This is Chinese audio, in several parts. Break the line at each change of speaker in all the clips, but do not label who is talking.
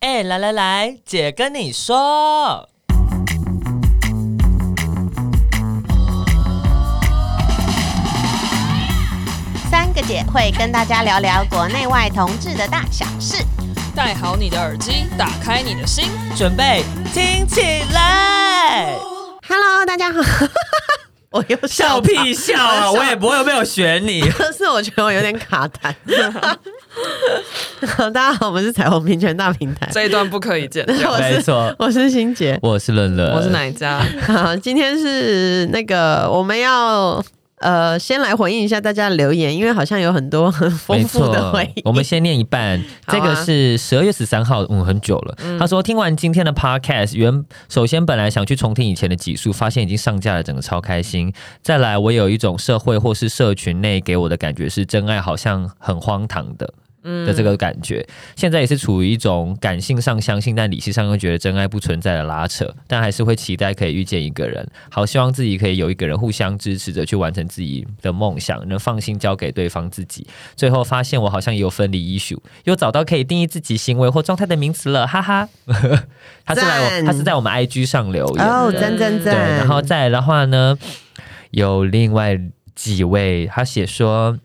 哎、来来来，姐跟你说，
三个姐会跟大家聊聊国内外同志的大小事。
戴好你的耳机，打开你的心。
准备听起来。
Hello，大家好，我又
笑屁笑 啊！我也不会没有学你。
可是我觉得我有点卡痰。 好，大家好，我们是彩虹平权大平台，
这一段不可以剪掉。
我
没
是
错，
我是欣杰。
我是伦伦，
我是哪一 家？
好，今天是那个我们要呃先来回应一下大家的留言，因为好像有很多 很丰
没
富
错，
的回应。
我们先念一半，
好
这
啊
个是十二月十三号，嗯，很久了。他说听完今天的 podcast，原首先本来想去重听以前的集数，发现已经上架了，整个超开心。再来，我有一种社会或是社群内给我的感觉是真爱好像很荒唐的。
嗯
的这个感觉，现在也是处于一种感性上相信，但理性上又觉得真爱不存在的拉扯，但还是会期待可以遇见一个人，好希望自己可以有一个人互相支持着去完成自己的梦想，能放心交给对方自己。最后发现我好像也有分离 issue，又找到可以定义自己行为或状态的名词了，哈哈。 他是来
赞
我，他是在我们 IG 上留言的，
哦，赞赞
对，
赞！
然后再来的话呢，有另外几位他写说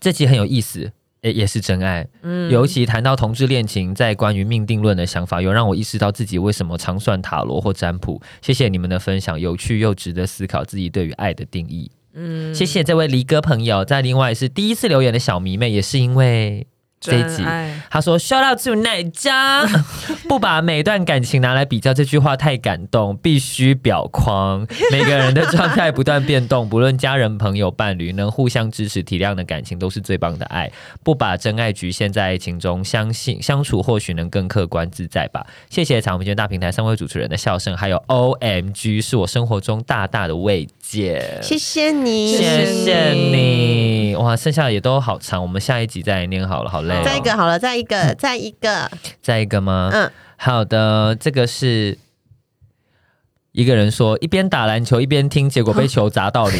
这集很有意思。也也是真爱，
嗯
尤其谈到同志恋情，在关于命定论的想法，有让我意识到自己为什么常算塔罗或占卜。谢谢你们的分享，有趣又值得思考自己对于爱的定义。
嗯
谢谢这位离哥朋友。再另外是第一次留言的小迷妹，也是因为这一集，
哎
他说 “shout out to 奶家”， 不把每段感情拿来比较，这句话太感动，必须表框。每个人的状态不断变动，不论家人、朋友、伴侣，能互相支持、体谅的感情都是最棒的爱。不把真爱局限在爱情中，相信相处或许能更客观自在吧。谢谢草莓圈大平台三位主持人的笑声，还有 O M G 是我生活中大大的慰藉。
谢谢你，
谢谢
你
你哇，剩下的也都好长，我们下一集再来念好了，好累、哦。
再一个好了，再一个，
嗯
再一个，
再一个吗？
嗯，
好的，这个是一个人说一边打篮球一边听，结果被球砸到 脸。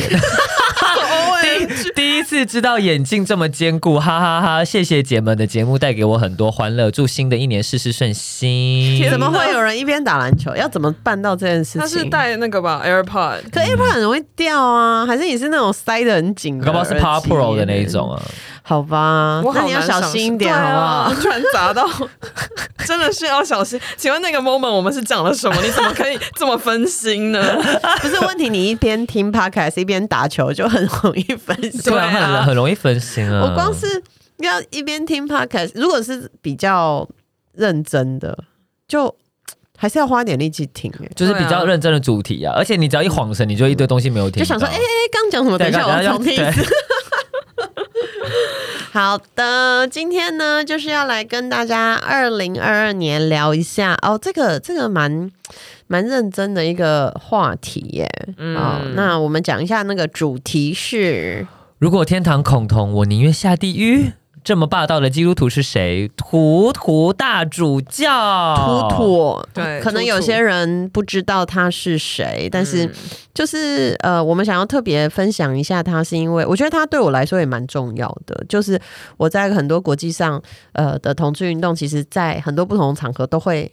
第第一次知道眼镜这么坚固，哈哈哈谢谢姐们的节目带给我很多欢乐，祝新的一年事事顺心。
怎么会有人一边打篮球？要怎么办到这件事情？
他是戴那个吧 AirPod，
嗯
可 AirPod 很容易掉啊，还是你是那种塞的很紧的
搞不好是 p o
耳
p
机
Pro 的那一种？啊，
好吧
我，
那
好
你要
难
小
想
心一
对
点，好不
啊
好？
安全砸 到，真的是要小心。请问那个 moment 我们是讲了什么？你怎么可以这么分心 呢？
不是问题，你一边听 podcast 一边打球就很容易分心。
对啊
很很容易分心啊。
我光是要一边听 podcast，如果是比较认真的，就还是要花点力气听、欸。
就是比较认真的主题啊，而且你只要一晃神，你就一堆东西没有听到，
就想说，哎、哎，哎刚讲什么？
对
等一下
刚
我
刚
重听一
对
次。 好的，今天呢，就是要来跟大家二零二二年聊一下哦，这个这个蛮蛮认真的一个话题耶。
嗯
哦，那我们讲一下那个主题是，
如果天堂恐同，我宁愿下地狱。这么霸道的基督徒是谁？图图大主教。
土土，
对
可能有些人不知道他是谁，
嗯
但
嗯
是就是呃，我们想要特别分享一下他，是因为我觉得他对我来说也蛮重要的。就是我在很多国际上呃的同志运动，其实在很多不同的场合都会。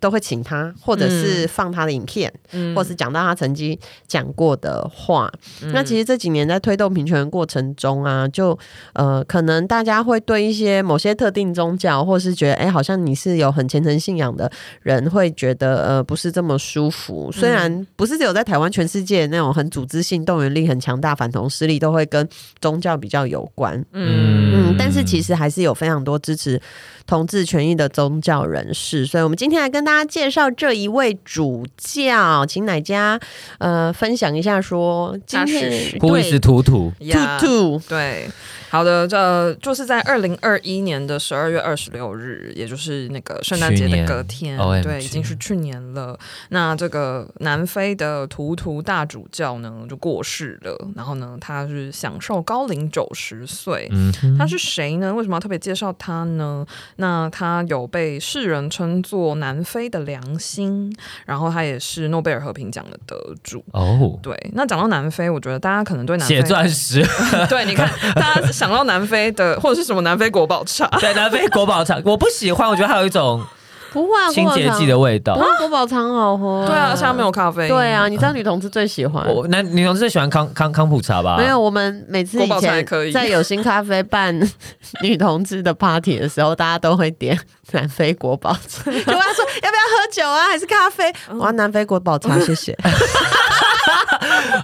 都会请他，或者是放他的影片，
嗯
或者是讲到他曾经讲过的话。那其实这几年在推动平权的过程中啊，就呃，可能大家会对一些某些特定宗教，或是觉得哎，好像你是有很虔诚信仰的人，会觉得呃不是这么舒服。虽然不是只有在台湾，全世界那种很组织性、动员力很强大反同势力，都会跟宗教比较有关。嗯，但是其实还是有非常多支持同志权益的宗教人士，所以我们今天来跟大家介绍这一位主教，请奶家呃分享一下说今
他是
天
谁
，Who is
对
图图？
呀
兔兔
对，好的，这呃就是在二零二一年的十二月二十六日，也就是那个圣诞节
去
的
年哦
隔天，
OMG
对，已经是去年了。那这个南非的图图大主教呢，就过世了，然后呢，他是享受高龄九十岁。
嗯哼，
他是谁呢？为什么要特别介绍他呢？那他有被世人称作南非的良心，然后他也是诺贝尔和平奖的得主。
哦，
对，那讲到南非，我觉得大家可能对南非
血钻 石
对，你看，大家想到南非的或者是什么南非国宝茶，
对南非国宝茶，我不喜欢，我觉得它有一种
不会啊，
清洁剂的味道
国宝。茶，不会国宝哦汤好喝。
对啊，而且它没有咖啡因，
对啊，你知道女同志最喜欢。
我男女同志喜欢康康康普茶吧？
没有，，我们每次以
国宝茶也
前
可以
在有心咖啡办 女同志的 party 的时候，大家都会点南非国宝茶。就问他说要不要喝酒啊，还是咖啡？我要南非国宝茶，谢谢。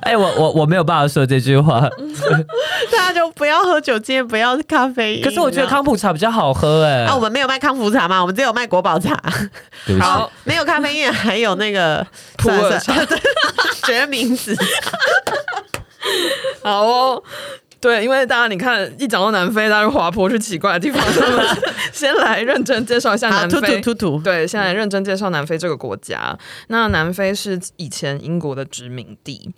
哎、我我我没有办法说这句话，
嗯大家就不要喝酒精，不要咖啡因。
可是我觉得
你知道吗
康普茶比较好喝哎、
啊，我们没有卖康福茶嘛，我们只有卖国宝茶，
对不起，
好
没有咖啡因，还有那个
普洱茶，
算了算了决明子。
好哦。对，因为大家你看，一讲到南非，大家就滑坡去奇怪的地方。那 么先来认真介绍一下
好，
南
突突
非。
突突，
对，先来认真介绍南非这个国家。那南非是以前英国的殖民地。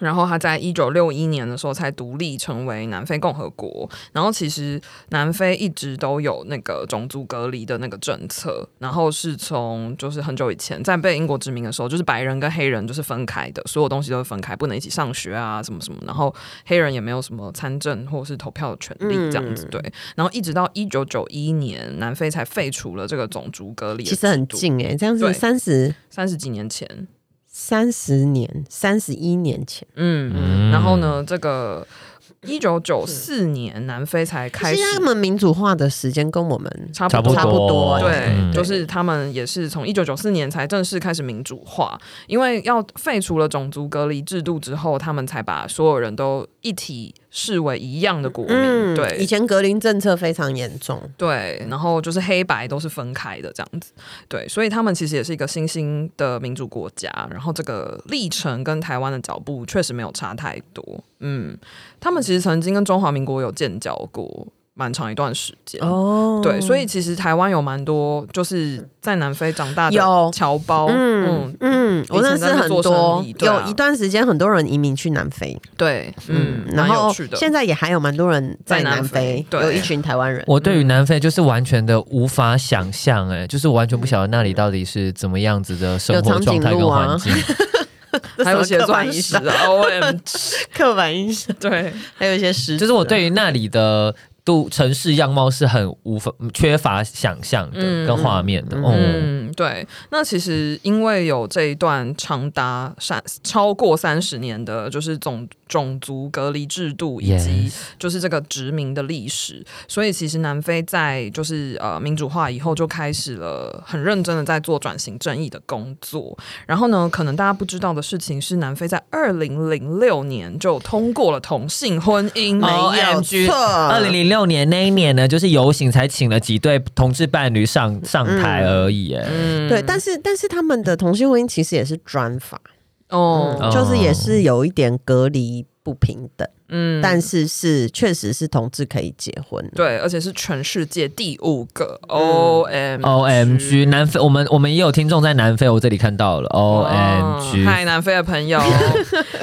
然后他在一九六一年的时候才独立成为南非共和国。然后其实南非一直都有那个种族隔离的那个政策，然后是从就是很久以前在被英国殖民的时候，就是白人跟黑人就是分开的，所有东西都是分开，不能一起上学啊什么什么。然后黑人也没有什么参政或是投票的权利这样子，对。然后一直到一九九一年，南非才废除了这个种族隔离的制
其
度，
实很近哎、这样
对
是三十
三十几年前，
三十年、三十一年前，
嗯，然后呢，这个一九九四年南非才开
其
始
实他们民主化的时间跟我们
差
差
不
不多，
多
差不多
对，
嗯
就是他们也是从一九九四年才正式开始民主化，因为要废除了种族隔离制度之后，他们才把所有人都一体视为一样的国民。对，
嗯以前格林政策非常严重，
对，然后就是黑白都是分开的这样子，对，所以他们其实也是一个新兴的民主国家，然后这个历程跟台湾的脚步确实没有差太多，嗯，他们其实曾经跟中华民国有建交过蛮长一段时间，
哦
对，所以其实台湾有蛮多就是在南非长大的
有
侨胞，嗯
嗯嗯，我认识很
以前在那边做生
多
意，对啊
有一段时间很多人移民去南非，
对，嗯
嗯，，
蛮
然
有
后
趣的，
现在也还有蛮多人在
在南
南非
非，对
有一群台湾 人。
我对于南非就是完全的无法想象，哎，就是完全不晓得那里到底是怎么样子的生活
啊
状态跟环境。
还有写
刻板
钻
印
石
象，
啊，OM，
刻板印象，
对，
还有一些实，
就是我对于那里的都城市样貌是很无法缺乏想象的，
嗯
跟画面的。
嗯
哦，
嗯，对。那其实因为有这一段长达三超过三十年的，就是种种族隔离制度以及
Yes
就是这个殖民的历史，所以其实南非在就是呃民主化以后就开始了很认真的在做转型正义的工作。然后呢，可能大家不知道的事情是，南非在二零零六年就通过了同性婚姻，
没有
OMG
哦哎错，
二零零六年那一年呢，就是游行才请了几对同志伴侣上上台而已，哎、
嗯
对，但是但是他们的同性婚姻其实也是专法，嗯
哦，
哦
就是也是有一点隔离不平等，
嗯
但是是确实是同志可以结
嗯
婚。
对，而且是全世界第五个 O M
哦 O M G，南非，我们我们也有听众在南非，我这里看到了 O M
哦
G，
嗨，南非的 朋友，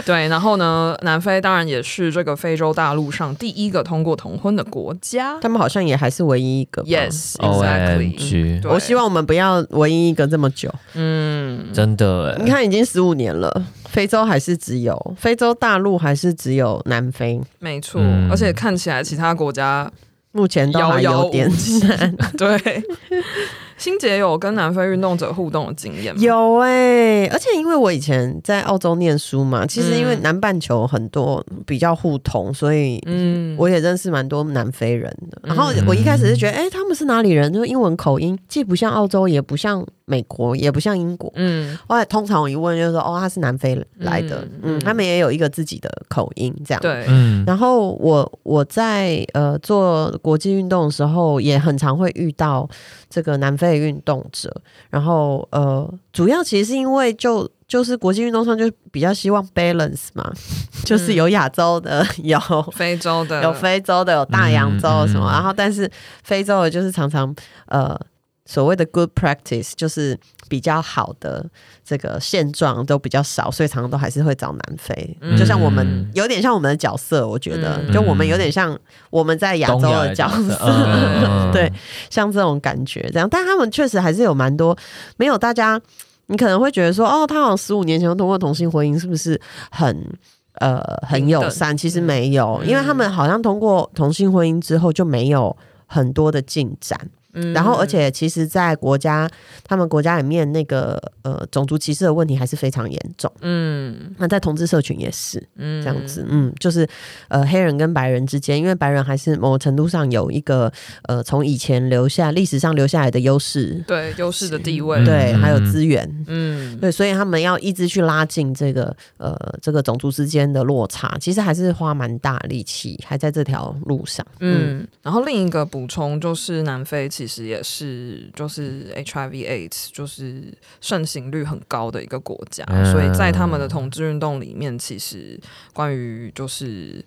对，然后呢，南非当然也是这个非洲大陆上第一个通过同婚的国家。
他们好像也还是唯一一个吧。
Yes,
O M
exactly.
G，
对
我希望我们不要唯一一个这么久。
嗯，
真的
你
哎，
看，已经十五年了，非洲还是只有非洲大陆还是只有南非，
没错，
嗯
而且看起来其他国家
目前都
遥
还
遥
有
无
点
期
难。。
对，欣姐有跟南非运动者互动的经验吗？
有哎、而且因为我以前在澳洲念书嘛，其实因为
嗯
南半球很多比较互通，所以
嗯，
我也认识蛮多南非人的。然后我一开始是觉得，哎、他们是哪里人？就是英文口音，既不像澳洲，也不像美国，也不像英国。
嗯
后来通常我一问就是说，哦，他是南非来的，
嗯
嗯，他们也有一个自己的口音这样。。
对，
嗯，
然后我我在呃做国际运动的时候，也很常会遇到这个南非的运动者。然后呃，主要其实是因为就就是国际运动上就比较希望 balance 嘛，
嗯
就是有亚洲的， 有
非洲的
有非洲的，有大洋洲
嗯
什么，
嗯
然后但是非洲的就是常常呃。所谓的 good practice，就是比较好的这个现状都比较少，所以常常都还是会找南非。
嗯
就像我们有点像我们的角色，我觉得、
嗯
就我们有点像我们在亚洲
东亚
的角色，
嗯
对，像这种感觉这样。但他们确实还是有蛮多没有大家，你可能会觉得说，哦，他好像十五年前就通过同性婚姻，是不是很？呃，很
平
友
等
善，其实没有，
嗯
因为他们好像通过同性婚姻之后就没有很多的进展。
嗯
然后，而且其实，在国家他们国家里面，那个呃种族歧视的问题还是非常严重。
嗯
那在同志社群也是
嗯
这样，子，嗯，就是呃黑人跟白人之间，因为白人还是某程度上有一个呃从以前留下历史上留下来的优势，
对优势的地位，
嗯
对，还有
嗯
资源。
嗯，
对，所以他们要一直去拉近这个呃这个种族之间的落差，其实还是花蛮大力气，还在这条路上。嗯，
嗯，然后另一个补充就是，南非其实也是就是 HIV/AIDS 就是盛行率很高的一个国家，
嗯
所以在他们的同志运动里面，其实关于就是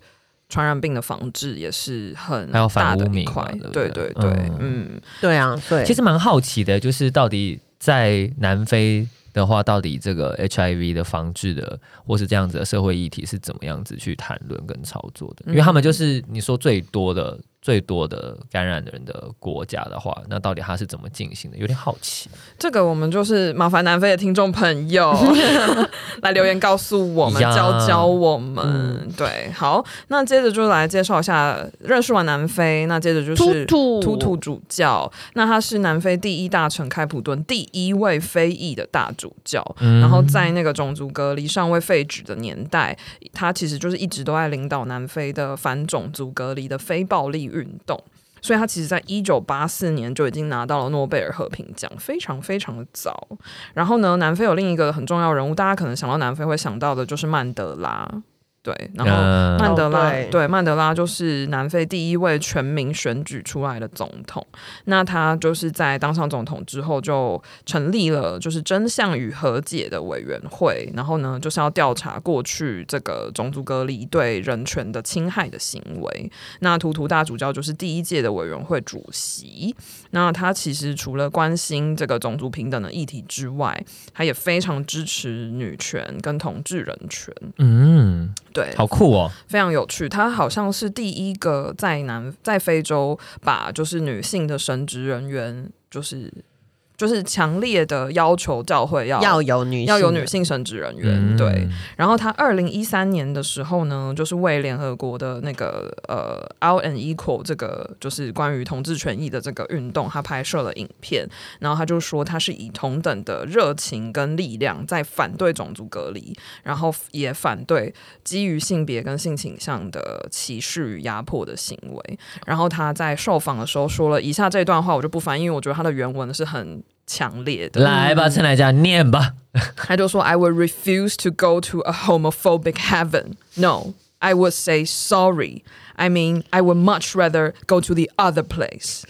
传染病的防治也是很
还有反
大的
污
一
名
块
嘛对，不对
对对对
嗯，
嗯
对啊，对，
其实蛮好奇的，就是到底在南非的话，到底这个 HIV 的防治的，或是这样子的社会议题是怎么样子去谈论跟操作的？
嗯
因为他们就是你说最多的、最多的感染的人的国家的话，那到底它是怎么进行的？有点好奇。
这个我们就是麻烦南非的听众朋友 来留言告诉我们，
呀
教教我们。
嗯
对，好，那接着就来介绍一下，认识完南非，那接着就是
突
突突主教，那他是南非第一大城开普敦第一位非裔的大主教，
嗯
然后在那个种族隔离尚未废止的年代，他其实就是一直都在领导南非的反种族隔离的非暴力运动。所以他其实，在一九八四年就已经拿到了诺贝尔和平奖，非常非常的早。然后呢，南非有另一个很重要人物，大家可能想到南非会想到的就是曼德拉，对。然后
嗯
曼德拉、
哦对
对曼德拉就是南非第一位全民选举出来的总统。那他就是在当上总统之后，就成立了就是真相与和解的委员会，然后呢，就是要调查过去这个种族隔离对人权的侵害的行为。那图图大主教就是第一届的委员会主席。那他其实除了关心这个种族平等的议题之外，他也非常支持女权跟同志人权。
嗯，
对，
好酷哦，
非常有趣，他好像是第一个在南在非洲把就是女性的神职人员就是就是强烈的要求教会要
要有女
要有
性
女
的
性神职人
嗯
员，对。，然后他二零一三年的时候呢，就是为联合国的那个呃 Out and Equal 这个就是关于同志权益的这个运动，他拍摄了影片，然后他就说他是以同等的热情跟力量在反对种族隔离，然后也反对基于性别跟性倾向的歧视与压迫的行为。然后他在受访的时候说了以下这段话，我就不翻译，因为我觉得他的原文是很强烈的。
来吧，陈来家念吧。
他就说，I would refuse to go to a homophobic heaven. No, I would say sorry. I mean, I would much rather go to the other place.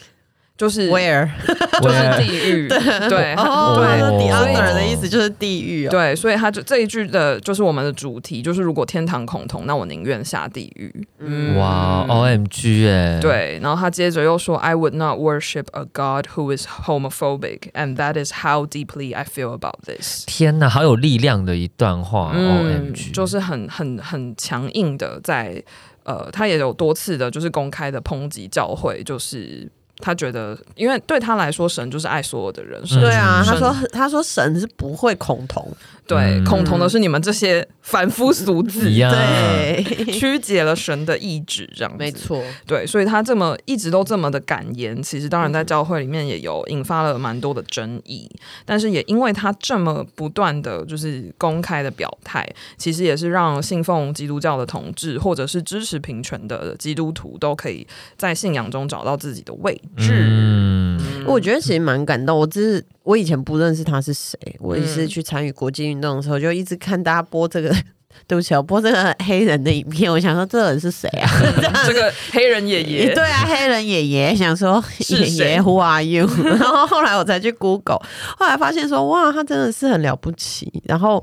就是
，where
就是地狱，对
哦，
对
他说
所
the
以
other 的意思就是地狱哦。
对，所以他就这一句的就是我们的主题，就是如果天堂恐同，那我宁愿下地狱。嗯
哇，OMG 哎，，
对，然后他接着又说，I would not worship a god who is homophobic, and that is how deeply I feel about this.
天哪，好有力量的一段话
嗯
，OMG，，
就是很很很强硬的在呃，他也有多次的，就是公开的抨击教会，就是他觉得，因为对他来说，神就是爱所有的人，神
对啊，
嗯
他说他说神是不会恐同，
对
嗯
恐同的是你们这些凡夫俗子
一，样，
对，
曲解了神的意志，这样子
没。错，
对，所以他这么一直都这么的敢言，其实当然在教会里面也有引发了蛮多的争议，但是也因为他这么不断的就是公开的表态，其实也是让信奉基督教的同志或者是支持平权的基督徒都可以在信仰中找到自己的位置。
嗯，
我觉得其实蛮感动。我只是我以前不认识他是谁，我也是
嗯
去参与国际运动的时候，就一直看大家播这个。 对不起，我播这个黑人的影片，我想说这人是谁啊？
这个黑人爷爷，
对啊，黑人爷爷想说
是
爷
谁
爷 Who are you？然 后后来我才去 Google，后来发现说哇，他真的是很了不起。然后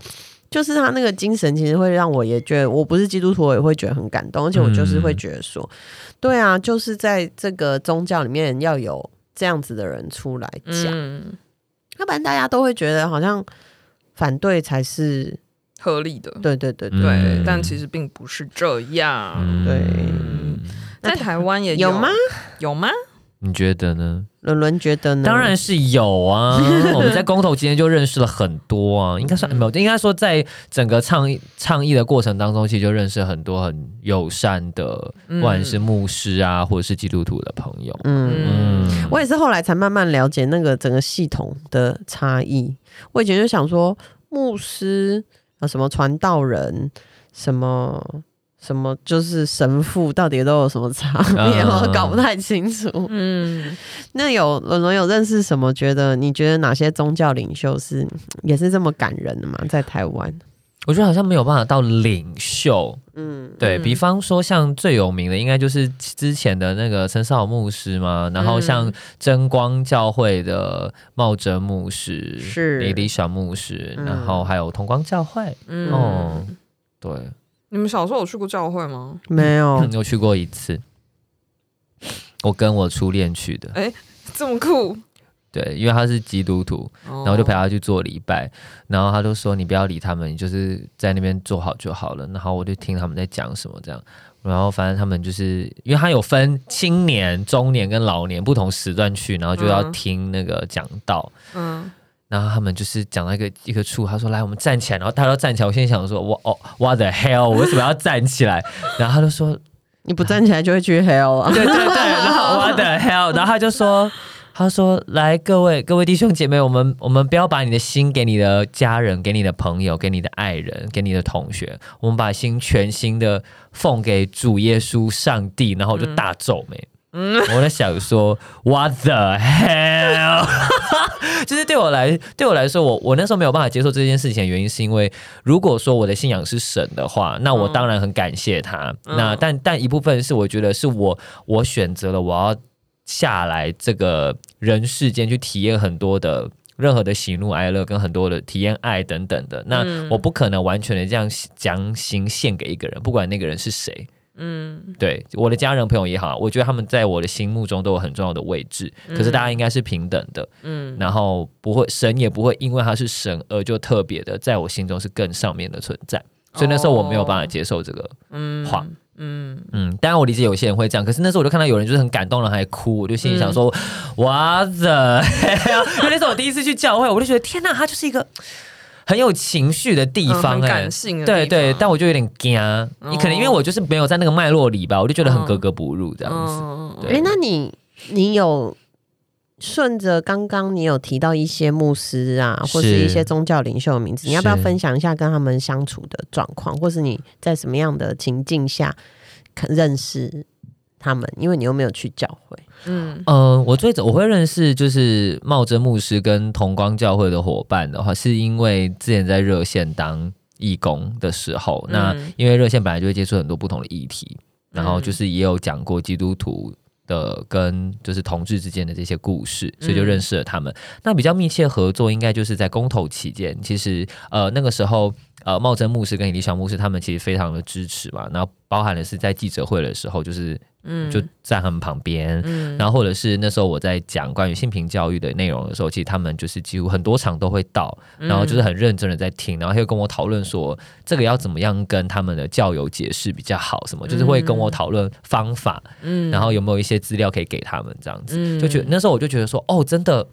就是他那个精神，其实会让我也觉得，我不是基督徒，我也会觉得很感动，而且我就是会觉得说，对啊，就是在这个宗教里面要有这样子的人出来讲，
嗯，
要不然大家都会觉得好像反对才是
合理的，
对对对对。
对，
嗯
但其实并不是这样。
啊对
嗯
在台湾也
有吗？
有吗？
你觉得呢？
伦伦觉得呢？
当然是有 啊！我们在公投期间就认识了很多啊，应该
嗯
算没有，应该说在整个倡议倡议的过程当中，其实就认识很多很友善的，
嗯
不管是牧师啊，或者是基督徒的朋友。
嗯，
嗯，
嗯，
我也是后来才慢慢了解那个整个系统的差异。我以前就想说，牧师啊，什么传道人，什么什么，就是神父，到底都有什么差别？我
嗯
搞不太清楚。
嗯，
那有伦伦有认识什么？觉得你觉得哪些宗教领袖是也是这么感人的吗？在台湾，
我觉得好像没有办法到领袖，
嗯，
对、
嗯
比方说，像最有名的应该就是之前的那个陈少牧师嘛，然后
嗯
像真光教会的茂贞牧师、
是
李李小牧师，
嗯
然后还有同光教会，
嗯
哦，对，
你们小时候有去过教会吗？
，
没有
有去过一次，我跟我初恋去的，
这么酷，哦
对，因为他是基督徒，
然
然后就陪他去做礼拜，然后他就说你不要理他们，你就是在那边做好就好了。然后我就听他们在讲什么这样，然后反正他们就是因为他有分青年、中年跟老年不同时段去，然后就要
嗯
听那个讲道。
嗯，
然后他们就是讲到一个一个处，他说来我们站起来，然后大家都站起来。我心里想说，我哦，what the hell，我为什么要站起来？然后他就说
你不站起来就会去 hell 啊。
对对对，然后 what the hell，然后他就说。他说：“来，各位各位弟兄姐妹，我们我们不要把你的心给你的家人、给你的朋友、给你的爱人、给你的同学，我们把心全心的奉给主耶稣上帝。”然后我就大皱眉，我在想说，What the hell？就是对我来对我来说，我我那时候没有办法接受这件事情的原因，是因为如果说我的信仰是神的话，那我当然很感谢他。
嗯
那但但一部分是我觉得是我我选择了我要下来这个人世间去体验很多的。任何的喜怒哀乐跟很多的体验爱等等的，那
嗯
我不可能完全的这样将心献给一个人，不管那个人是谁。
嗯
对我的家人朋友也好，我觉得他们在我的心目中都有很重要的位置。可是大家应该是平等的，
嗯
然后不会神也不会因为他是神而就特别的在我心中是更上面的存在。所以那时候我没有办法接受这个，
嗯
话
嗯
嗯，当然我理解有些人会这样，可是那时候我就看到有人就是很感动，然后还哭，我就心里想说，
嗯
哇的， 因为那时候我第一次去教会，我就觉得天哪，他就是一个很有情绪的地
嗯
方、
很
哎、
感性的地
对
方，啊哦
对，但我就有点惊，你可能因为我就是没有在那个脉络里吧，我就觉得很
嗯
格格不入这样子。
嗯
对
哎、那你你有顺着刚刚你有提到一些牧师啊，或是
是
一些宗教领袖的名字，你要不要
是
分享一下跟他们相处的状况，或是你在什么样的情境下可认识他们？因为你又没有去教会，
嗯
嗯，我最早我会认识就是茂贞牧师跟同光教会的伙伴的话，是因为之前在热线当义工的时候，那
嗯
因为热线本来就会接触很多不同的议题，然后
嗯
就是也有讲过基督徒。的跟就是同志之间的这些故事，所以就
嗯
认识了他们。那比较密切合作，应该就是在公投期间。其实呃那个时候，呃茂贞牧师跟李小牧师他们其实非常的支持嘛，然后包含的是在记者会的时候，就是
嗯
就站他们旁边，
嗯
然后或者是那时候我在讲关于性平教育的内容的时候，其实他们就是几乎很多场都会到，然后就是
嗯
很认真的在听，然后他又跟我讨论说这个要怎么样跟他们的教友解释比较好，什么就是会跟我讨论方法，
嗯
然后有没有一些资料可以给他们这样子，
嗯
就觉得那时候我就觉得说哦，真的。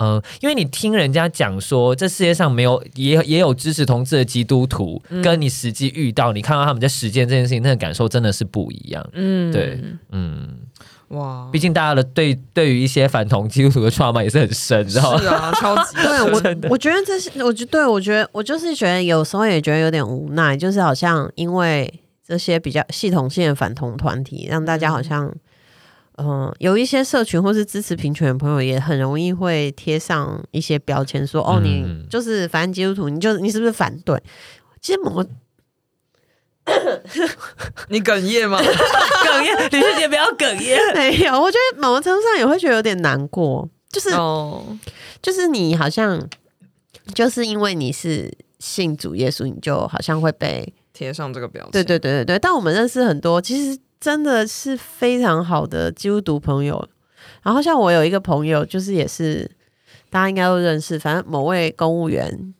嗯、因为你听人家讲说，这世界上没有也也有支持同志的基督徒，
嗯
跟你实际遇到，你看到他们在实践这件事情，那个感受真的是不一样。
嗯
对嗯，
哇
毕。竟大家的对对于一些反同基督徒的 trauma 也是很深，你知
是
道吗？
啊，超 级
对
深
我，我觉得这是，我就对我觉得我就是觉得有时候也觉得有点无奈，就是好像因为这些比较系统性的反同团体，让大家好像，嗯、有一些社群或是支持平权的朋友，也很容易会贴上一些标签，说哦，你
嗯
就是反正基督徒，你就你是不是反对？其实某
你哽 咽吗？
哽咽，李世杰不要哽咽。
没有，我觉得某个程度上也会觉得有点难过，就是
哦，
就是你好像就是因为你是信主耶稣，你就好像会被。
贴上这个标签，
对对对对对，但我们认识很多，其实真的是非常好的基督徒朋友，然后像我有一个朋友，就是也是大家应该都认识，反正某位公务员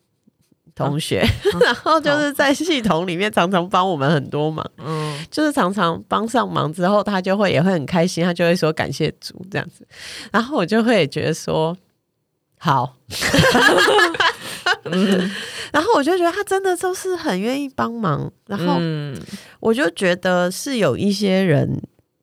同学， 然后就是在系统里面常常帮我们很多忙，
嗯，
就是常常帮上忙之后，他就会也会很开心，他就会说感谢主这样子，然后我就会觉得说好，
嗯
然后我就觉得他真的都是很愿意帮忙，然后
嗯
我就觉得是有一些人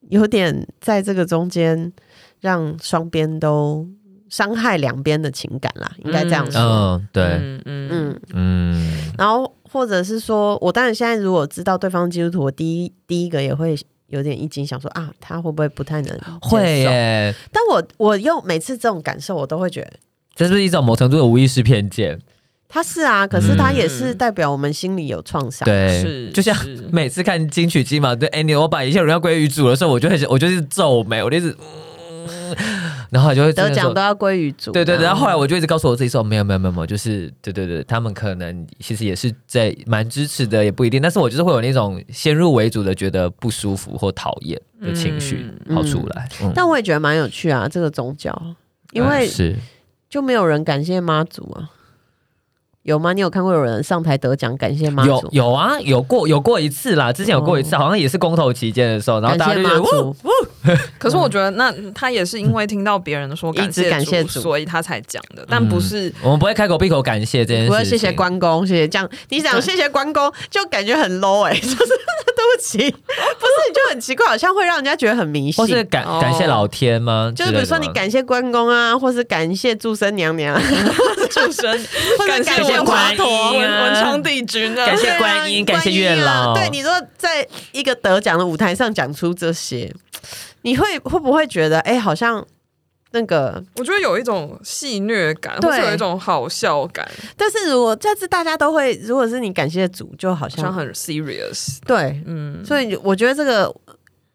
有点在这个中间让双边都伤害两边的情感啦，应该这样说。
嗯，对，
嗯嗯
嗯，
嗯，
然后或者是说，我当然现在如果知道对方基督徒，我第一第一个也会有点一惊，想说啊，他会不会不太能接受
会？耶，
但我我又每次这种感受，我都会觉得
这是不是一种某程度的无意识偏见？
他是啊，可是他也是
嗯
代表我们心里有创伤。
对，
是
就像
是
每次看金曲金嘛，对 Andy，我把一切荣耀归于主的时候，我就很想，我就是皱眉，我就一直，嗯、然后我就会真
得
的
奖
说
都要归于主。
对对对，然后后来我就一直告诉我自己说，没有没有没有没有，就是对对对，他们可能其实也是在蛮支持的，也不一定，但是我就是会有那种先入为主的觉得不舒服或讨厌的情绪
嗯
跑出来。嗯
但我也觉得蛮有趣啊，这个宗教，因为
是
就没有人感谢妈祖啊？有吗？你有看过有人上台得奖感谢妈
有
祖？哦
有啊，有过有过一次啦，之前有过一次，好像也是公投期间的时候，然后大
感
家
谢
就觉
妈
得哇，
祖，
可是我觉得那他也是因为听到别人说
嗯一直感谢
谢
主嗯
所以他才讲的，但不是
我们不会开口闭口感谢这件事情，
不要谢谢关公，谢谢这样，你讲
对
谢谢关公就感觉很 low 哎、就是对不起，不是你就很奇怪，好像会让人家觉得很迷信
或。是感
哦
感谢老天吗？
就是比如说
之类的
你
吗。
感谢关公啊，或是感谢祝生娘娘，啊
众生，
或者感
感
谢
谢华
华
观
佗
佗、
音
文
啊
文昌帝君 啊，
感谢
对啊
观音感谢
观
月
啊
老
对，你说在一个得奖的舞台上讲出这些，你会会不会觉得哎、好像那个
我觉得有一种戏虐感，
对
或是有一种好笑感，
但是如果这次大家都会，如果是你感谢主，就好
好
像
像很 serious。
对，
嗯
所以我觉得这个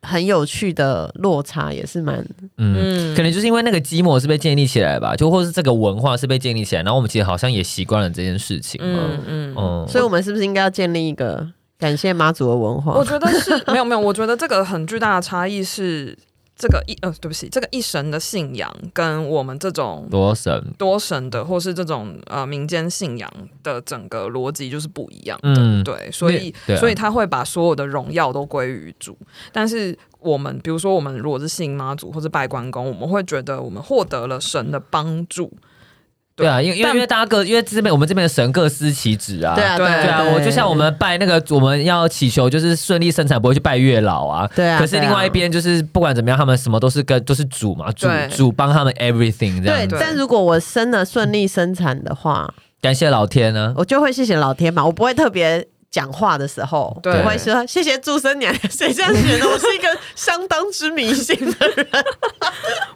很有趣的落差也是蛮
嗯。
嗯
可能就是因为那个基模是被建立起来吧，就或是这个文化是被建立起来，然后我们其实好像也习惯了这件事情嘛。
嗯嗯。
嗯，
所以我们是不是应该要建立一个感谢妈祖的文化
我？觉得是 没有没有，我觉得这个很巨大的差异是这个一呃，对不起，这个一神的信仰跟我们这种
多神，
多神的或是这种呃民间信仰的整个逻辑就是不一样。
嗯，
对，所以、
对啊
所以他会把所有的荣耀都归于主，但是我们比如说我们如果是信妈祖或是拜关公，我们会觉得我们获得了神的帮助。
对啊，因为因为
但
因为大家各因为这边我们这边的神各司其职啊，
对啊，
对
啊，
对
对
啊，我就像我们拜那个我们要祈求就是顺利生产，不会去拜月老啊。
对啊，
可是
对啊
另外一。边就是不管怎么样，他们什么都是跟都是主嘛，主
对
主帮他们 everything 这
对
样，子。
但如果我生了顺利生产的话，
感谢老天啊呢、
我就会谢谢老天嘛，我不会特别讲话的时候，
对
我会说谢谢祝生娘 娘。谁这样觉得？我是一个相当之迷信 的人。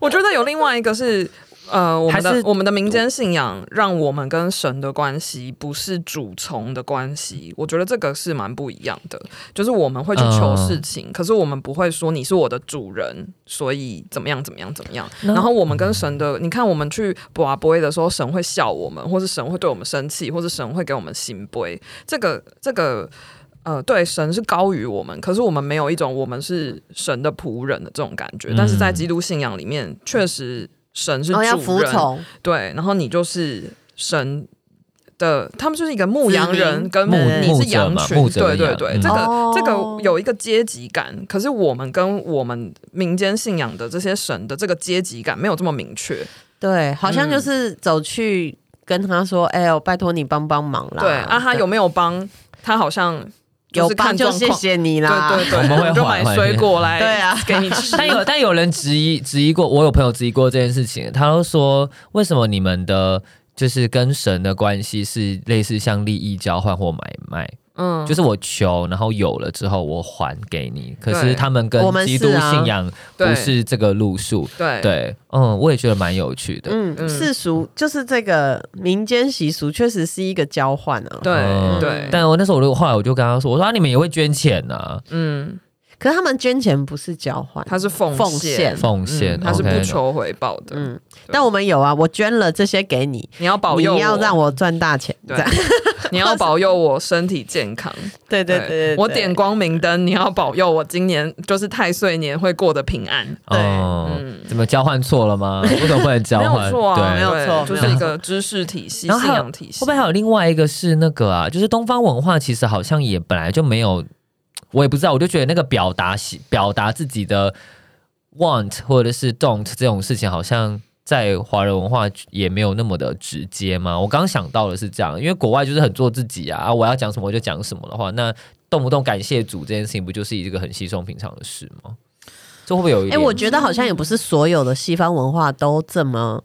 我觉得有另外一个是。呃，我们
还
的
是
我们的民间信仰让我们跟神的关系不是主从的关系，我觉得这个是蛮不一样的。就是我们会去求事情，
嗯
可是我们不会说你是我的主人，所以怎么样怎么样怎么样。然后我们跟神的，你看我们去卜杯的时候，神会笑我们，或是神会对我们生气，或是神会给我们行杯。这个这个呃，对，神是高于我们，可是我们没有一种我们是神的仆人的这种感觉。但是在
嗯
基督信仰里面，确实神是主
然
人，
后哦要服从，
对，然后你就是神。的，他们就是一个牧羊
子
人
民
跟牧，
对
你
牧
是
者
羊
嘛
群
牧，者
对对
羊
对，
嗯
这个这
哦
个有一个阶级感，可是我们跟我们民间信仰的这些神的这个阶级感没有这么明确，
对，好像
嗯
就是走去跟他说：“哎、呦，拜托你帮帮忙啦。”
对啊，他有没有帮？他好像
有
就是
帮
看
就
状
谢
况，
谢你啦。
对对对，
我们会
就
缓
买
缓
水果来，
对啊，
给你 吃。
但有但有人质疑质疑过，我有朋友质疑过这件事情，他都说为什么你们的就是跟神的关系是类似像利益交换或买卖，
嗯
就是我求，然后有了之后我还给你，可是
对
他们
我
跟
们
基督
是啊
信仰不
对
是这个路数。
对
对，嗯，我也觉得蛮有趣的。
嗯，
嗯
世俗就是这个民间习俗，确实是一个交换啊。
嗯
对对，
但我那时候我就后来我就跟他说，我说、啊、你们也会捐钱啊呐、
嗯，
可是他们捐钱不是交换，
他是奉
奉献
献，
奉献
嗯他是不
OK
求回报的。
嗯，但我们有啊，我捐了这些给你，
你要保
你
佑我，
要让我赚大钱，这
对
样
你要保佑我身体健康。
对对对对，对
我点光明灯，你要保佑我今年就是太岁年会过得平安。
对
哦，怎么交换错了吗？为什么不能交
嗯没有
换？
错啊，
对
没有错
对就
没
是
有
一
错
个知识体系、
然后
信
还有
仰体系。
会不会还有另外一个是那个啊？就是东方文化其实好像也本来就没有，我也不知道，我就觉得那个表达喜表达自己的 want 或者是 don't 这种事情，好像在华人文化也没有那么的直接嘛。我刚想到的是这样，因为国外就是很做自己啊，啊我要讲什么我就讲什么的话，那动不动感谢主这件事情，不就是一个很稀松平常的事吗？这会不会有一
哎、
点？
我觉得好像也不是所有的西方文化都这么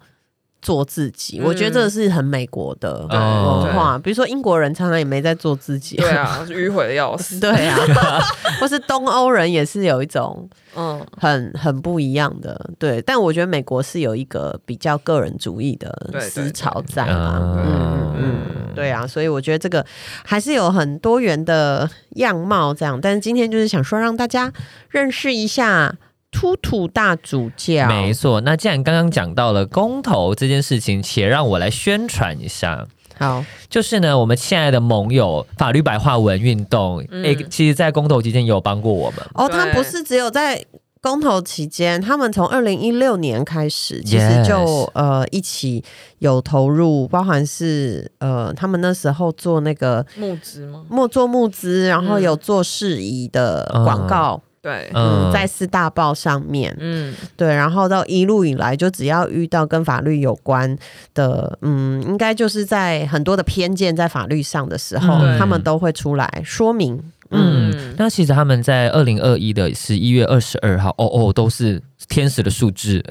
做自己，我觉得
嗯
这个是很美国的
对
文化，比如说英国人常常也没在做自己，
对啊，迂回的要 死。
对啊， 或是东欧人也是有一种
嗯，
很很不一样的，对，但我觉得美国是有一个比较个人主义的
对对
思
对
潮在嘛，
嗯
嗯嗯嗯，对啊，所以我觉得这个还是有很多元的样貌这样，但是今天就是想说让大家认识一下突突大主教，
没错，那既然刚刚讲到了公投这件事情，且让我来宣传一下。
好，
就是呢，我们亲爱的盟友法律白话文运动，
嗯
诶、其实，在公投期间也有帮过我们。
哦，他
对
不是只有在公投期间，他们从二零一六年开始，其实
Yes
就呃一起有投入，包含是呃他们那时候做那个
募资吗？
莫做募资，然后
嗯
有做事宜的广告，
对，
嗯，
嗯，
在四大报上面，
嗯，
对，然后到一路以来，就只要遇到跟法律有关的，嗯，应该就是在很多的偏见在法律上的时候，
嗯
他们都会出来说明，嗯
嗯
嗯，
那其实他们在二零二一的十一月二十二号，哦哦，都是天使的数字，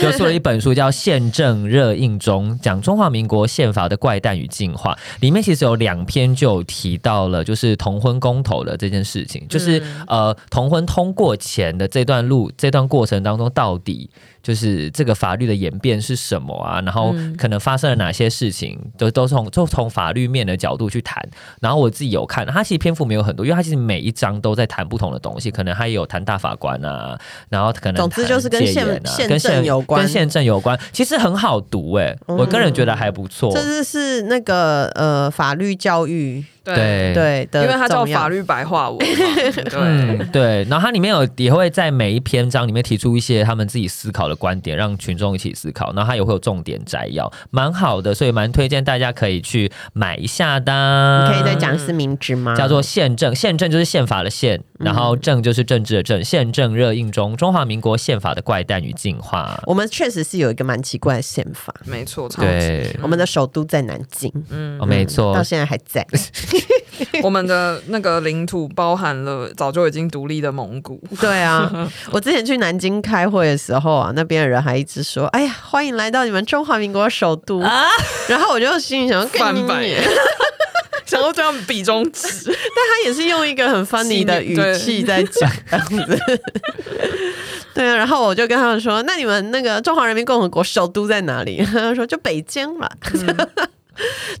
就出了一本书叫《宪政热映中》，讲中华民国宪法的怪诞与进化。里面其实有两篇就有提到了，就是同婚公投的这件事情，就是、呃，同婚通过前的这段路这段过程当中，到底就是这个法律的演变是什么啊？然后可能发生了哪些事情，都都从就从法律面的角度去谈。然后我自己有看，它其实篇幅没有很多，因为它其实每一章都在谈不同的东西，可能它也有谈大法官啊，然后可能
总之就是跟
谈戒
宪
严啊
宪
跟
政有关嗯
跟宪政有关，其实很好读诶、我个人觉得还不错。
这是是那个呃法律教育
对，
对的
因
重要，
为它叫法律白话文 嘛。对，
嗯，对，然后它里面有也会在每一篇章里面提出一些他们自己思考的观点，让群众一起思考。然后它也会有重点摘要，蛮好的，所以蛮推荐大家可以去买一下的。
你可以再讲一次名字
啊
吗？
叫做宪政，宪政就是宪法的宪，然后
嗯
政就是政治的政。宪政热映中，中华民国宪法的怪诞与进化。
我们确实是有一个蛮奇怪的宪法，
没错，超级。嗯
对，
我们的首都在南京，
哦没错
到，现在还 在。
我们的那个领土包含了早就已经独立的蒙古。
对啊，我之前去南京开会的时候啊，那边的人还一直说：“哎呀，欢迎来到你们中华民国的首都。
啊
然后我就心里想说，
翻
干你
白眼
娘
想要这样比中指，
他也是用一个很 funny 的语气在讲这样子。 对啊，然后我就跟他们说：“那你们那个中华人民共和国首都在哪里？” 他们说：“就北京嘛。
嗯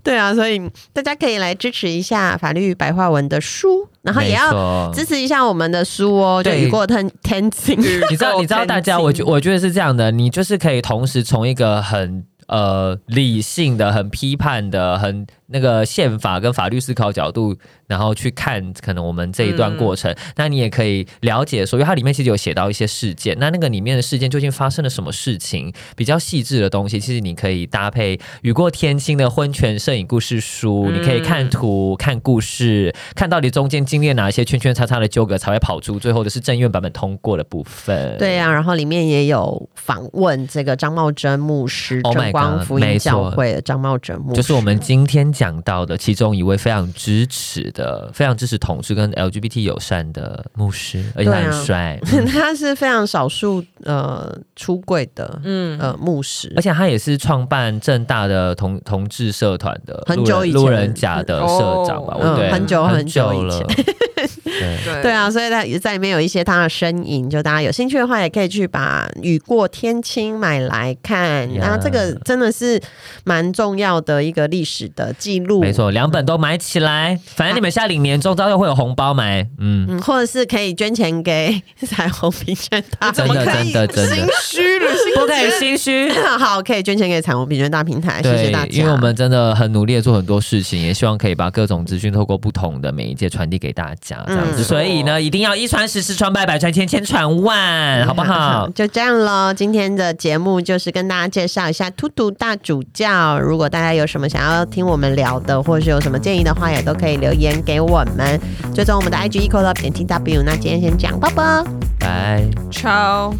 对啊，所以大家可以来支持一下法律白话文的书，然后也
没
要
错
支持一下我们的书哦，就
对
雨过天天 晴。
你知道，你知道大家，我觉我觉得是这样的，你就是可以同时从一个很呃理性的、很批判的、很那个宪法跟法律思考角度，然后去看可能我们这一段过程，那你也可以了解说，因为它里面其实有写到一些事件，那那个里面的事件究竟发生了什么事情，比较细致的东西，其实你可以搭配雨过天晴的婚前摄影故事书，你可以看图、看故事，看到底中间经历了哪一些圈圈叉叉的纠葛，才会跑出最后的是正院版本通过的部分。
对呀、然后里面也有访问这个张茂珍牧师，
Oh my
晨光
God，
福音
没错
教会的张茂珍牧
就
师，
是我们今天讲到的其中一位非常支持的、非常支持同志跟 LGBT 友善的牧师，哎而且他
对啊
很帅，
他是非常少数呃出柜的
嗯，
呃牧师
而，且他也是创办正大的同同志社团的
很
路
久
人
以前
路人甲的社长吧？
哦
我对，
嗯很久
很
很久以
了。对，
对
对啊，所以在在里面有一些他的身影，就大家有兴趣的话，也可以去把《雨过天青》买来看。
Yeah
然后这个真的是蛮重要的一个历史的记录，
没。错，两本都买起来，反正你们下领年终照样会有红包买，嗯，
嗯，或者是可以捐钱给彩虹平权 大
真
怎么
的
可
真
以
的真
心
的
虚了，心
不可以心虚。
好，可以捐钱给彩虹平权大平台，谢谢
对
大家。，
因为我们真的很努力的做很多事情，也希望可以把各种资讯透过不同的媒介传递给大家，这样子。
嗯
所以呢，一定要一传十，十传百，百传千，千传万，好不好？
就这样喽。今天的节目就是跟大家介绍一下兔兔大主教。如果大家有什么想要听我们聊的，或是有什么建议的话，也都可以留言给我们。追踪我们的 IG equal up 点 tw。那今天先讲，拜拜。
拜。
超。